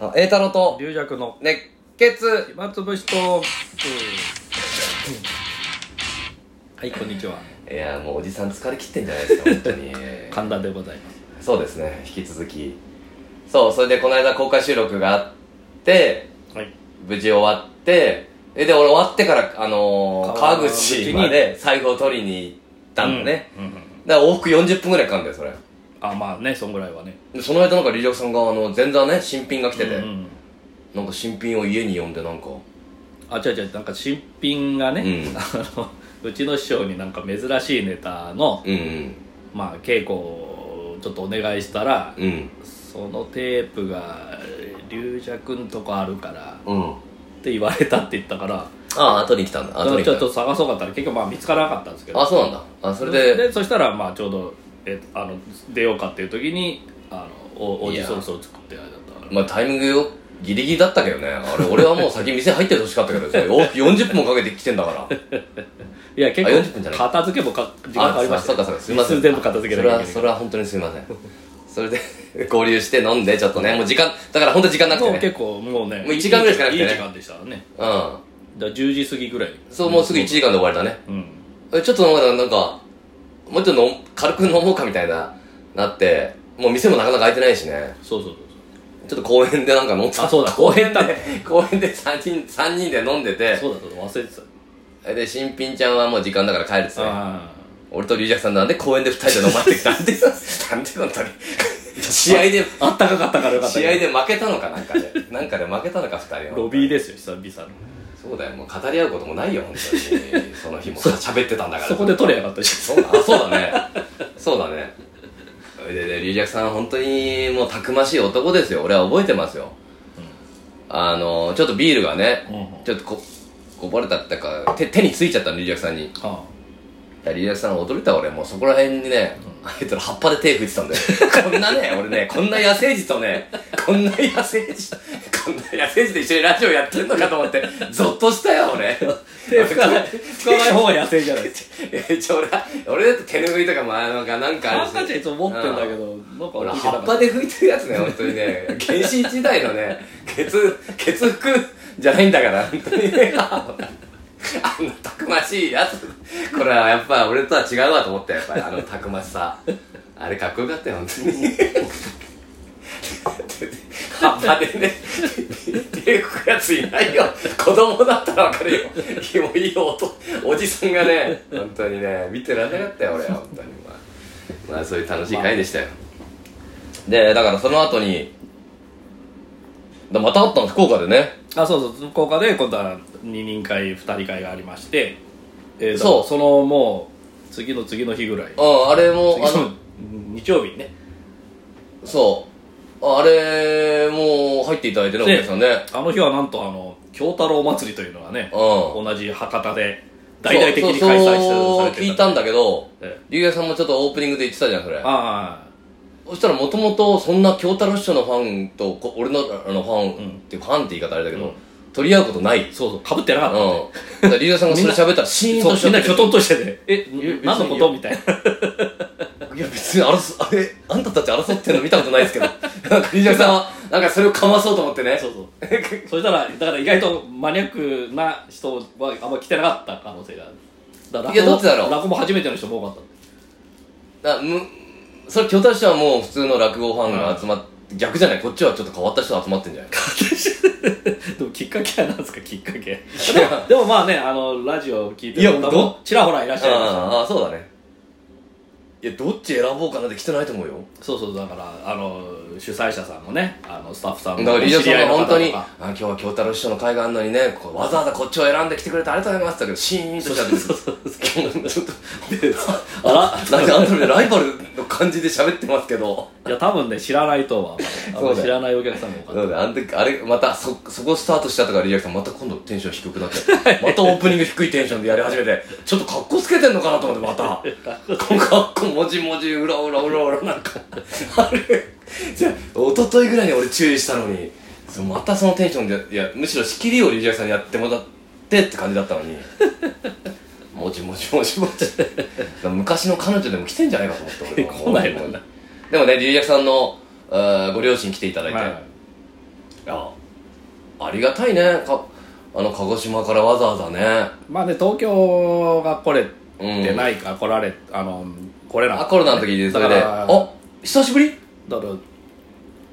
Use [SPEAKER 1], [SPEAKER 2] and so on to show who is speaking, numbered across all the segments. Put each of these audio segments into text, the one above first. [SPEAKER 1] あ栄太郎と
[SPEAKER 2] 龍尺の
[SPEAKER 1] 熱血
[SPEAKER 2] 暇つぶしトークはいこんにちはい
[SPEAKER 1] やもうおじさん疲れ切ってんじゃないですか本当に
[SPEAKER 2] 神田でございます
[SPEAKER 1] そうですね引き続きそうそれでこの間公開収録があって
[SPEAKER 2] はい
[SPEAKER 1] 無事終わってえで俺終わってからあのー、
[SPEAKER 2] 川
[SPEAKER 1] 川口
[SPEAKER 2] 口に
[SPEAKER 1] まで財布を取りに行ったんだね、、
[SPEAKER 2] うんうんうん
[SPEAKER 1] だから往復40分ぐらいかかんだよそれ
[SPEAKER 2] あまあねそんぐらいはね
[SPEAKER 1] でその間なんかリリアクさんがあの前座ね新品が来てて、
[SPEAKER 2] うんうん
[SPEAKER 1] なんか新品を家に呼んでなんか
[SPEAKER 2] あ違う違うなんか新品がね、
[SPEAKER 1] うん
[SPEAKER 2] あのうちの師匠になんか珍しいネタの、
[SPEAKER 1] うんうん
[SPEAKER 2] まあ、稽古をちょっとお願いしたら、
[SPEAKER 1] うん
[SPEAKER 2] そのテープが龍尺んとこあるから
[SPEAKER 1] うん
[SPEAKER 2] って言われたって言ったから
[SPEAKER 1] ああ取りに来たんだあ取りに
[SPEAKER 2] ちょ
[SPEAKER 1] 来
[SPEAKER 2] ったと探そうかったら結局まあ見つからなかったんですけど
[SPEAKER 1] あそうなんだあそれで
[SPEAKER 2] そしたらまあちょうど、えあの出ようかっていう時にあのおオーディソースを作ってあれだったから
[SPEAKER 1] まあタイミングよギリギリだったけどねあれ俺はもう先店入っててほしかったけどそれ往復40分もかけて来てんだからあ40分じゃ
[SPEAKER 2] いや結構
[SPEAKER 1] ない
[SPEAKER 2] 片付けもか時間かかりました
[SPEAKER 1] そう
[SPEAKER 2] よ
[SPEAKER 1] かそうかすいません
[SPEAKER 2] 全部片付け
[SPEAKER 1] そ
[SPEAKER 2] な
[SPEAKER 1] れ
[SPEAKER 2] きゃい
[SPEAKER 1] は
[SPEAKER 2] けない
[SPEAKER 1] それは本当にすいませんそれで合流して飲んでちょっとねもう時間だから本当に時間なくて
[SPEAKER 2] もう
[SPEAKER 1] ね
[SPEAKER 2] 結構もうね
[SPEAKER 1] もう一時間ぐらいしかなくてね
[SPEAKER 2] いい時間でしたからね
[SPEAKER 1] うん
[SPEAKER 2] だから10時過ぎぐらいに
[SPEAKER 1] そうもうすぐ1時間で終わりだね
[SPEAKER 2] うん
[SPEAKER 1] えちょっとなんかなんかもうちょっと飲む軽く飲もうかみたいななってもう店もなかなか開いてないしね
[SPEAKER 2] そうそうそう
[SPEAKER 1] ちょっと公園でなんか飲んで
[SPEAKER 2] そうあそうだ公園だそう
[SPEAKER 1] 公園で3人三人で飲んでて
[SPEAKER 2] だそうだ忘れてた
[SPEAKER 1] で新品ちゃんはもう時間だから帰るっつって
[SPEAKER 2] あ
[SPEAKER 1] 俺とリュウジャクさんなんで公園で二人で飲まれてきたなんでなんで本当に試合 で
[SPEAKER 2] ああったかかったからよかった
[SPEAKER 1] 試
[SPEAKER 2] け
[SPEAKER 1] 合
[SPEAKER 2] ど
[SPEAKER 1] で負けたのかなんかでなんかで負けたのか二人は
[SPEAKER 2] ロビーですよ久々の
[SPEAKER 1] そうだよもう語り合うこともないよ本当にその日もさ喋ってたんだから
[SPEAKER 2] そこで取れやがったし
[SPEAKER 1] そうだあそうだねそうだねそれでねリュウジャクさん本当にもうたくましい男ですよ俺は覚えてますよ、あのちょっとビールがね、
[SPEAKER 2] うんうん
[SPEAKER 1] ちょっとここぼれたってか手手についちゃったのリュウジャクさんに
[SPEAKER 2] あ
[SPEAKER 1] いやリーダーさん驚いた俺もうそこら辺にね、あいつら葉っぱで手振ってたんだよこんなね俺ねこんな野生児とねこんな野生児とこんな野生児と一緒にラジオやってんのかと思ってゾッとしたよ俺
[SPEAKER 2] 手拭かない拭かない方が野生じゃない ですか
[SPEAKER 1] えちょ俺俺だと手拭いとかもあのかなんかあ
[SPEAKER 2] ハ
[SPEAKER 1] る
[SPEAKER 2] ン
[SPEAKER 1] し
[SPEAKER 2] カチいつも持ってんだけどなんか
[SPEAKER 1] 俺
[SPEAKER 2] 俺
[SPEAKER 1] 葉っぱで拭いてるやつね本当にね原始時代のね血血服じゃないんだから本当にね あんなたくましいやつこれはやっぱ俺とは違うわと思ったよやっぱりあのたくましさあれかっこよかったよ本当に葉っぱでね手拭くやついないよ子供だったらわかるよいいもういいおとおじさんがね本当にね見てられなかったよ俺は本当にまあ、まあ、そういう楽しい回でしたよ、でだからその後にだまた会ったの福岡でね
[SPEAKER 2] あそうそう福岡で今度は二人会二人会がありまして、えー、
[SPEAKER 1] そう
[SPEAKER 2] とそのもう次の次の日ぐらい
[SPEAKER 1] うんあれもあ
[SPEAKER 2] 次の
[SPEAKER 1] の
[SPEAKER 2] 日曜日にね
[SPEAKER 1] そうあれも入っていただいてねお
[SPEAKER 2] ね
[SPEAKER 1] 客さんね
[SPEAKER 2] あの日はなんとあの京太郎祭りというのがね
[SPEAKER 1] うん
[SPEAKER 2] 同じ博多で大々的に開催し
[SPEAKER 1] そ
[SPEAKER 2] て
[SPEAKER 1] うそう
[SPEAKER 2] され
[SPEAKER 1] 聞
[SPEAKER 2] て
[SPEAKER 1] いたんだけど
[SPEAKER 2] え
[SPEAKER 1] 龍也さんもちょっとオープニングで言ってたじゃんそれ
[SPEAKER 2] えあ
[SPEAKER 1] そしたらもともとそんな京太郎師匠のファンとこ俺のあのファンっていうファンって言い方あれだけど、
[SPEAKER 2] うん
[SPEAKER 1] 取り合うことないうん
[SPEAKER 2] あそうそうかぶってなかった、
[SPEAKER 1] だから龍也さんがそれ喋ったらシーン
[SPEAKER 2] そう
[SPEAKER 1] としちゃ
[SPEAKER 2] みん
[SPEAKER 1] っ
[SPEAKER 2] な
[SPEAKER 1] て
[SPEAKER 2] きょとんとしてて「え
[SPEAKER 1] 別に
[SPEAKER 2] 何のこと?」みたいない
[SPEAKER 1] や別に争あれあんたたち争ってんの見たことないですけど なんか龍也さんはなんかそれをかまそうと思ってね
[SPEAKER 2] そう そうそしたらだから意外とマニアックな人はあんま来てなかった可能性があるだから
[SPEAKER 1] いやどっちだろう
[SPEAKER 2] 落語も初めての人も多かった
[SPEAKER 1] だむそれ京太郎師匠はもう普通の落語ファンが集まって、逆じゃないこっちはちょっと変わった人集まってんじゃない
[SPEAKER 2] でもきっかけは何ですかきっかけでもでもまあねあのラジオを聞いて
[SPEAKER 1] いや
[SPEAKER 2] る方
[SPEAKER 1] ど
[SPEAKER 2] もちらほらいらっしゃいまし
[SPEAKER 1] ああそうだねいやどっち選ぼうかなって来てないと思うよ
[SPEAKER 2] たそうそうだからあの主催者さんもねあのスタッフさん
[SPEAKER 1] だ
[SPEAKER 2] も
[SPEAKER 1] からリーダーさんが本当に
[SPEAKER 2] お知り合いの方
[SPEAKER 1] あ今日は京太郎師匠の会があるのにねこうわざわざこっちを選んできてくれてありがとうございますだけどシーンとしちゃって
[SPEAKER 2] そうそう
[SPEAKER 1] ちょ っと
[SPEAKER 2] とかあ
[SPEAKER 1] なんかあんたでライバルの感じで喋ってますけど
[SPEAKER 2] らいや多分ね知らないとは
[SPEAKER 1] そうだ
[SPEAKER 2] あの
[SPEAKER 1] よ
[SPEAKER 2] 知らないお客さんも多か
[SPEAKER 1] なのであん時あれまたそそこスタートしちゃったからリーダーさんまた今度テンション低くなっ ちゃってまたオープニング低いテンションでやり始めてちょっと格好つけてんのかなと思ってま たこの格好もじもじうらうらうらうらなんかあれじゃあ一昨日ぐらいに俺注意したのにそうまたそのテンションでいやむしろ仕切りをリーダーさんにやってもらってって感じだったの にもじもじもじもじ昔の彼女でも来てんじゃないかと思って俺は
[SPEAKER 2] 来ないもんな
[SPEAKER 1] でもねリーダーさんのあーご両親来ていただいて、
[SPEAKER 2] ったはい
[SPEAKER 1] いやありがたいねかあの鹿児島からわざわざね
[SPEAKER 2] まあね東京が来れ
[SPEAKER 1] うん
[SPEAKER 2] てないか、来られあの来れな
[SPEAKER 1] あコロナの時でそれで
[SPEAKER 2] だ
[SPEAKER 1] あ
[SPEAKER 2] から
[SPEAKER 1] 久しぶり
[SPEAKER 2] だから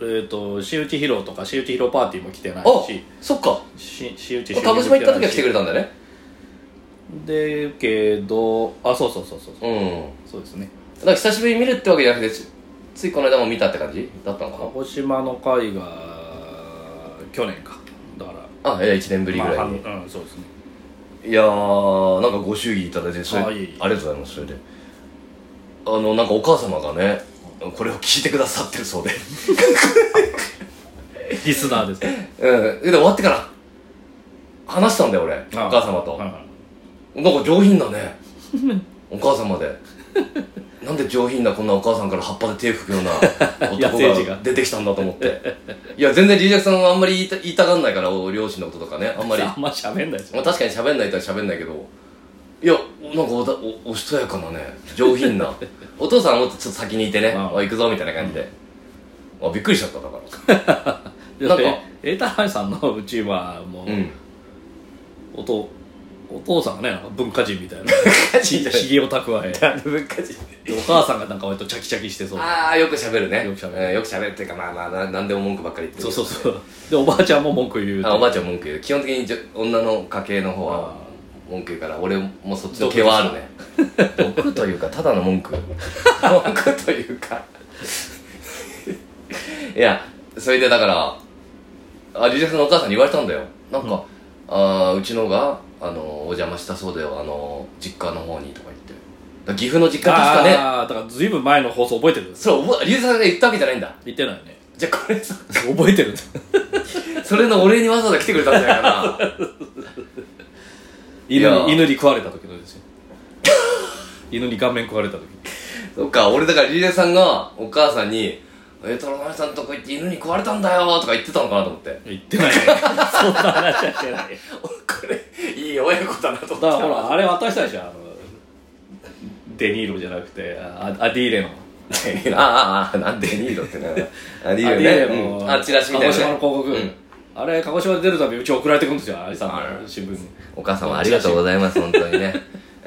[SPEAKER 2] えっ、と私有地披露とか私有地披露パーティーも来てな
[SPEAKER 1] あ
[SPEAKER 2] いし
[SPEAKER 1] そっか
[SPEAKER 2] し私有地
[SPEAKER 1] 鹿児島行った時は来てく
[SPEAKER 2] れ
[SPEAKER 1] れたんだね
[SPEAKER 2] でけどあそうそうそうそうそう
[SPEAKER 1] うん
[SPEAKER 2] そうですね
[SPEAKER 1] だから久しぶりに見るってわけじゃなくてつついこの間も見たって感じだったの
[SPEAKER 2] 鹿
[SPEAKER 1] か
[SPEAKER 2] 児島の会が去年かだから
[SPEAKER 1] なあいや1年ぶりぐらい
[SPEAKER 2] まあ
[SPEAKER 1] に、
[SPEAKER 2] 半うんそう ですね
[SPEAKER 1] いやーなんかご祝儀いただいてそれ
[SPEAKER 2] あ
[SPEAKER 1] あ
[SPEAKER 2] いえいえ
[SPEAKER 1] りがとうございますそれであのなんかお母様がねこれを聞いてくださってるそうで
[SPEAKER 2] リスナーです
[SPEAKER 1] うんで終わってから話したんだよ俺お
[SPEAKER 2] あ
[SPEAKER 1] 母様と
[SPEAKER 2] はいはい
[SPEAKER 1] なんか上品だねお母様でなんで上品なこんなお母さんから葉っぱで手拭くような男
[SPEAKER 2] 野生児が
[SPEAKER 1] が出てきたんだと思っていや全然リージャクさんはあんまり言いた言いたがんないからお両親のこととかねあんまり
[SPEAKER 2] あんま喋んないでし
[SPEAKER 1] ま
[SPEAKER 2] ょ
[SPEAKER 1] あ、確かに喋んないとは喋んないけどいやなんかおだおおしとやかなね上品 なお父さんはもっとちょっと先にいてね
[SPEAKER 2] うん
[SPEAKER 1] おい行くぞみたいな感じで、あびっくりしちゃっただから
[SPEAKER 2] だって
[SPEAKER 1] なんか
[SPEAKER 2] エータライさんのうちはもう、
[SPEAKER 1] うん
[SPEAKER 2] おとお父さんがねなんか文化人みたいな
[SPEAKER 1] 文化人じゃない
[SPEAKER 2] ひげを蓄え
[SPEAKER 1] 文化人
[SPEAKER 2] でお母さんがなんか割とチャキチャキしてそう
[SPEAKER 1] ああよく喋るね
[SPEAKER 2] よく喋る
[SPEAKER 1] うんよく喋るっていうかまあまあななんでも文句ばっかり言って
[SPEAKER 2] そう
[SPEAKER 1] る
[SPEAKER 2] そうそうでおばあちゃんも文句言う
[SPEAKER 1] あおばあ
[SPEAKER 2] ち
[SPEAKER 1] ちゃん文句言う基本的にじょ女の家系の方は文句言うから俺もそっちの
[SPEAKER 2] 毒
[SPEAKER 1] 系はあるね 毒というかただの文句 文句というかいやそれでだからあリリアさんのお母さんに言われたんだよなんか、あーうちのがあのお邪魔したそうだよあの実家の方にとか言ってだから岐阜の実家確かね
[SPEAKER 2] ああだからずいぶん前の放送覚えてる
[SPEAKER 1] そうおリリアさんが言ったわけじゃないんだ
[SPEAKER 2] 言ってないね
[SPEAKER 1] じゃあこれさ
[SPEAKER 2] 覚えてる
[SPEAKER 1] それのお礼にわざわざ来てくれたんじゃないかない
[SPEAKER 2] 犬
[SPEAKER 1] や
[SPEAKER 2] に犬に食われた時の ですよ犬に顔面食われた時
[SPEAKER 1] そっか、俺だからリレーさんがお母さんに、え、トラマリさんとこ行って犬に食われたんだよとか言ってたのかなと思って。
[SPEAKER 2] 言って ないねそんな話はしてない
[SPEAKER 1] おこれ、いい親子だなと思
[SPEAKER 2] だから
[SPEAKER 1] っ
[SPEAKER 2] ほ
[SPEAKER 1] て。
[SPEAKER 2] らあれ渡したでしょあのデニーロじゃなくてあアディーレの
[SPEAKER 1] ああ、ああ、なんでニードってな。 あ、ニ
[SPEAKER 2] ア
[SPEAKER 1] ー
[SPEAKER 2] ディ
[SPEAKER 1] ドね。
[SPEAKER 2] ーレ
[SPEAKER 1] う
[SPEAKER 2] の
[SPEAKER 1] んあ、チラシみたいなね。
[SPEAKER 2] 鹿児島の広告、
[SPEAKER 1] うん
[SPEAKER 2] あれ鹿児島で出るたびうち送られてくるんですよあれさ
[SPEAKER 1] あら
[SPEAKER 2] んの新聞に
[SPEAKER 1] お母様ありがとうございます、本当にね。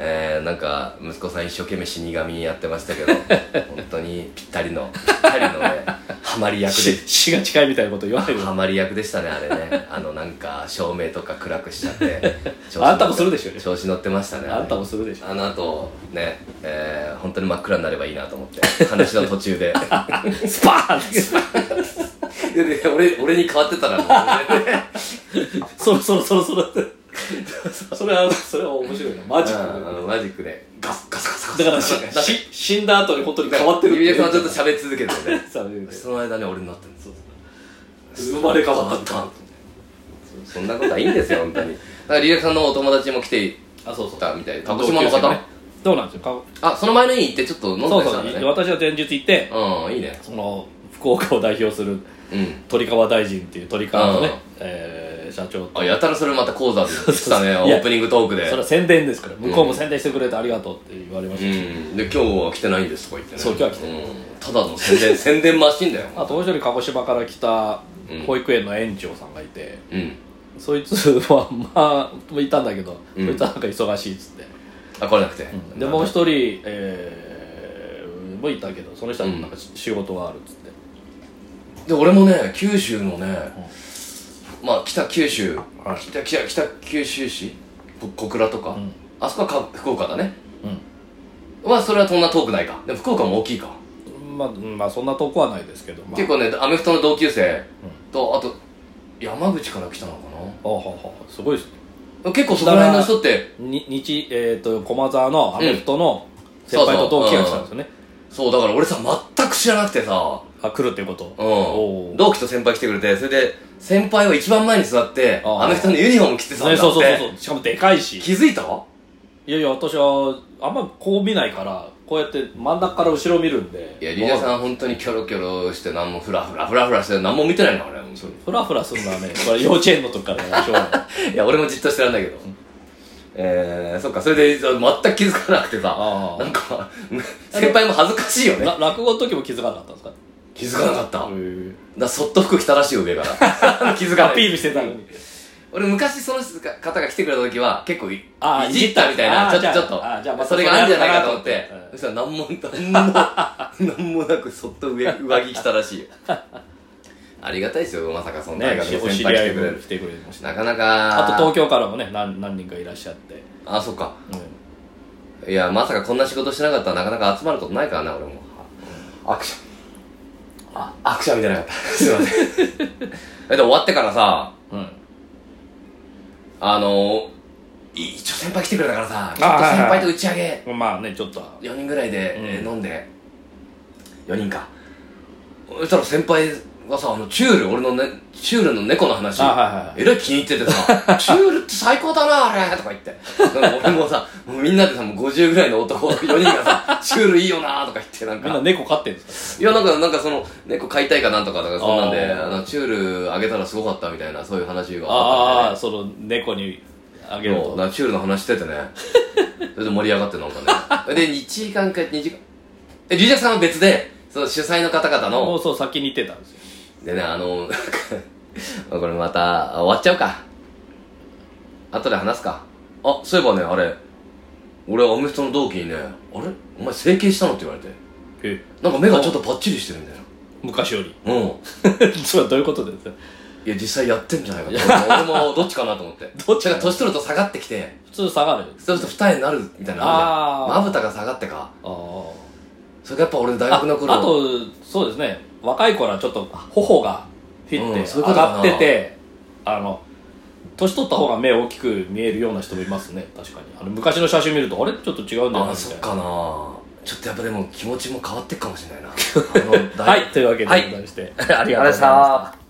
[SPEAKER 1] えー、なんか、息子さん一生懸命死神やってましたけ ど、本当にぴったりの、ぴったりのね、ハマり役で
[SPEAKER 2] 死死が近いみたいなこと言わないで
[SPEAKER 1] ハマり役でしたねあれねあのなんか照明とか暗くしちゃって調子乗って
[SPEAKER 2] あんたもするでしょ
[SPEAKER 1] 調子乗ってましたねれ
[SPEAKER 2] あんたもするでしょ
[SPEAKER 1] あの後ねえー、本当に真っ暗になればいいなと思って話の途 中で
[SPEAKER 2] スパーン
[SPEAKER 1] でで俺俺に変わってた らもうね
[SPEAKER 2] そろそろそろそ ろそれはそれは面白いなマジ
[SPEAKER 1] う
[SPEAKER 2] ッ
[SPEAKER 1] んあ
[SPEAKER 2] ク
[SPEAKER 1] のマジックでガスガスガスガス
[SPEAKER 2] だからし
[SPEAKER 1] なん
[SPEAKER 2] し死んだ後に本当に変わってる
[SPEAKER 1] ゆうやくんは
[SPEAKER 2] ち
[SPEAKER 1] ち
[SPEAKER 2] ょ
[SPEAKER 1] ょっと喋り続けて ね
[SPEAKER 2] 生
[SPEAKER 1] その間に俺になってるんです
[SPEAKER 2] まれ変わった
[SPEAKER 1] そんなことはいいんですよ本当にだからりうやくんさんのお友達も来てい
[SPEAKER 2] あそうそう
[SPEAKER 1] たみたいで鹿児島の方、
[SPEAKER 2] どうなんですよか
[SPEAKER 1] あその前の日に行ってちょっと飲んだ
[SPEAKER 2] そう
[SPEAKER 1] りし
[SPEAKER 2] そ
[SPEAKER 1] たん
[SPEAKER 2] う、
[SPEAKER 1] だね
[SPEAKER 2] 私は前日行って
[SPEAKER 1] うんいいね
[SPEAKER 2] その福岡を代表する
[SPEAKER 1] うん
[SPEAKER 2] 鳥川大臣っていう鳥川のね、
[SPEAKER 1] うん
[SPEAKER 2] えー社長と
[SPEAKER 1] あやたらそれまた講座で言ってたね
[SPEAKER 2] そ
[SPEAKER 1] オ
[SPEAKER 2] うそういや
[SPEAKER 1] ープニングトークで
[SPEAKER 2] それは宣伝ですから向こうも宣伝してくれてありがとうって言われま
[SPEAKER 1] う
[SPEAKER 2] した、
[SPEAKER 1] んで今日は来てないんですとか言ってね
[SPEAKER 2] そう今日は来て
[SPEAKER 1] うんただの宣伝 宣伝マシンだよ
[SPEAKER 2] あともう一人鹿児島から来た
[SPEAKER 1] うん
[SPEAKER 2] 保育園の園長さんがいて、
[SPEAKER 1] うん
[SPEAKER 2] そいつはまあいたんだけど、
[SPEAKER 1] うん
[SPEAKER 2] そいつはなんか忙しいっつって、
[SPEAKER 1] あ来れなくて
[SPEAKER 2] でもう一人、えーもういたけどその人はなんか仕事があるっつって、
[SPEAKER 1] で俺もね九州のねまあ北九州
[SPEAKER 2] はい
[SPEAKER 1] 北北北九州市こ小倉とか
[SPEAKER 2] うん
[SPEAKER 1] あそこはか福岡だね
[SPEAKER 2] うん
[SPEAKER 1] まあそれはそんな遠くないかでも福岡も大きいか
[SPEAKER 2] まあ、うんまあそんな遠くはないですけど、まあ、
[SPEAKER 1] 結構ねアメフトの同級生とあと山口から来たのか
[SPEAKER 2] あははすごいですね
[SPEAKER 1] な結構そこら辺の人って
[SPEAKER 2] に日、えー、と駒沢のアメフトの先輩と同期が来たんですよね、
[SPEAKER 1] そうだから俺さ全く知らなくてさ
[SPEAKER 2] あ来るっていうこと
[SPEAKER 1] う
[SPEAKER 2] お
[SPEAKER 1] ん、
[SPEAKER 2] ー
[SPEAKER 1] 同期と先輩来てくれてそれで先輩は一番前に座って
[SPEAKER 2] あー
[SPEAKER 1] あの人のユニフォーム着てたんだ
[SPEAKER 2] ね
[SPEAKER 1] って
[SPEAKER 2] そうそうそうそうしかもでかいし
[SPEAKER 1] 気づいた
[SPEAKER 2] いやいや私はあんまこう見ないからこうやって真ん中から後ろ見るんで
[SPEAKER 1] いやリーダーさん本当にキョロキョロして何もフラフラフラフラして何も見てないのあれ
[SPEAKER 2] そうフラフラするのはねこれ幼稚園の時からねしょうが ない
[SPEAKER 1] いや俺もじっとしてらんだけどえー、そっかそれで全く気づかなくてさ
[SPEAKER 2] あー
[SPEAKER 1] なんか先輩も恥ずかしいよね
[SPEAKER 2] ら落語の時も気づかなかったんですか
[SPEAKER 1] 気づかなかった、だか
[SPEAKER 2] へ
[SPEAKER 1] らそっと服着たらしいよ上から 気づ
[SPEAKER 2] え
[SPEAKER 1] かない
[SPEAKER 2] アピールしてたのに
[SPEAKER 1] 俺昔その方が来てくれた時は結構い
[SPEAKER 2] あー
[SPEAKER 1] いじったみたい
[SPEAKER 2] あ
[SPEAKER 1] な
[SPEAKER 2] ー
[SPEAKER 1] ちょっと
[SPEAKER 2] じゃあ
[SPEAKER 1] ちょっと
[SPEAKER 2] あーじゃあまた
[SPEAKER 1] それがあるんじゃないかと思って
[SPEAKER 2] うん
[SPEAKER 1] そしたら何も何も何も なくそっと上上着着たらしいよ ありがたいですよまさかそんな大
[SPEAKER 2] ね
[SPEAKER 1] 学の
[SPEAKER 2] お
[SPEAKER 1] 先
[SPEAKER 2] 知り
[SPEAKER 1] 輩来
[SPEAKER 2] 合い
[SPEAKER 1] てくれ
[SPEAKER 2] も
[SPEAKER 1] る
[SPEAKER 2] 来てくれました
[SPEAKER 1] なかなか
[SPEAKER 2] あと東京からもね何何人かいらっしゃって、
[SPEAKER 1] あそっか
[SPEAKER 2] う
[SPEAKER 1] いやまさかこんな仕事してなかったらなかなか集まることないからな俺も握手あ握手は見てなかった すいませんえで終わってからさ
[SPEAKER 2] ん
[SPEAKER 1] あのい一応先輩来てくれたからさちょっ
[SPEAKER 2] あ
[SPEAKER 1] と
[SPEAKER 2] はいはい
[SPEAKER 1] 先輩と打ち上げ
[SPEAKER 2] うん、まあねちょっと
[SPEAKER 1] 4人ぐらいで、
[SPEAKER 2] うん
[SPEAKER 1] えー飲んで4人かそしたら先輩がさあのチュール俺の、ね、チュールの猫の話
[SPEAKER 2] あはいはいはい
[SPEAKER 1] えらい気に入っててさ「 チュールって最高だなあれ」とか言ってなんか俺もさもうみんなでさもう50ぐらいの男4人がさ「チュールいいよな」とか言ってなん
[SPEAKER 2] みんな
[SPEAKER 1] か
[SPEAKER 2] 猫飼ってるんです
[SPEAKER 1] いやなんかなんかその猫飼いたいかなんとかとかそんなんで
[SPEAKER 2] あー
[SPEAKER 1] あのチュールあげたらすごかったみたいなそういう話が
[SPEAKER 2] か
[SPEAKER 1] あったんで
[SPEAKER 2] あ
[SPEAKER 1] ね
[SPEAKER 2] あその猫にあげる
[SPEAKER 1] そう
[SPEAKER 2] と
[SPEAKER 1] ナチュールの話してて ねそれで盛り上がってなんかねで1時間か2時間え龍尺さんは別でその主催の方々
[SPEAKER 2] も
[SPEAKER 1] の
[SPEAKER 2] うそう先に行ってたんですよ
[SPEAKER 1] でねあのなんか これまた終わっちゃうか後で話すかあそういえばねあれ俺アメフトの同期にね「あれお前整形したの?」って言われて
[SPEAKER 2] え
[SPEAKER 1] なんか目がちょっとパッチリしてるみたいな
[SPEAKER 2] 昔より
[SPEAKER 1] うん
[SPEAKER 2] それはどういうことですか
[SPEAKER 1] いや実際やってんじゃないか と思って俺もどっちかなと思って
[SPEAKER 2] どっちか
[SPEAKER 1] なんか年取ると下がってきて
[SPEAKER 2] 普通下がる
[SPEAKER 1] そうすると二重になるみたいなのあるじゃ
[SPEAKER 2] あー
[SPEAKER 1] んまぶたが下がってか
[SPEAKER 2] あー
[SPEAKER 1] それがやっぱ俺大
[SPEAKER 2] あ
[SPEAKER 1] 学の頃
[SPEAKER 2] あとそうですね若い頃はちょっと頬がフィッ
[SPEAKER 1] うん
[SPEAKER 2] て
[SPEAKER 1] そうい
[SPEAKER 2] 上
[SPEAKER 1] うことかな
[SPEAKER 2] がってて、あの年取った方が目大きく見えるような人もいますね確かにあの昔の写真見るとあれちょっと違うんだよ
[SPEAKER 1] あ
[SPEAKER 2] な
[SPEAKER 1] あ
[SPEAKER 2] み
[SPEAKER 1] そ
[SPEAKER 2] た
[SPEAKER 1] っ
[SPEAKER 2] い
[SPEAKER 1] かな
[SPEAKER 2] な
[SPEAKER 1] ちょっとやっぱで も気持ちも変わってくかもしれないな あの大
[SPEAKER 2] はいというわけでございまして、ありがと
[SPEAKER 1] あ
[SPEAKER 2] うございました
[SPEAKER 1] りがとうございました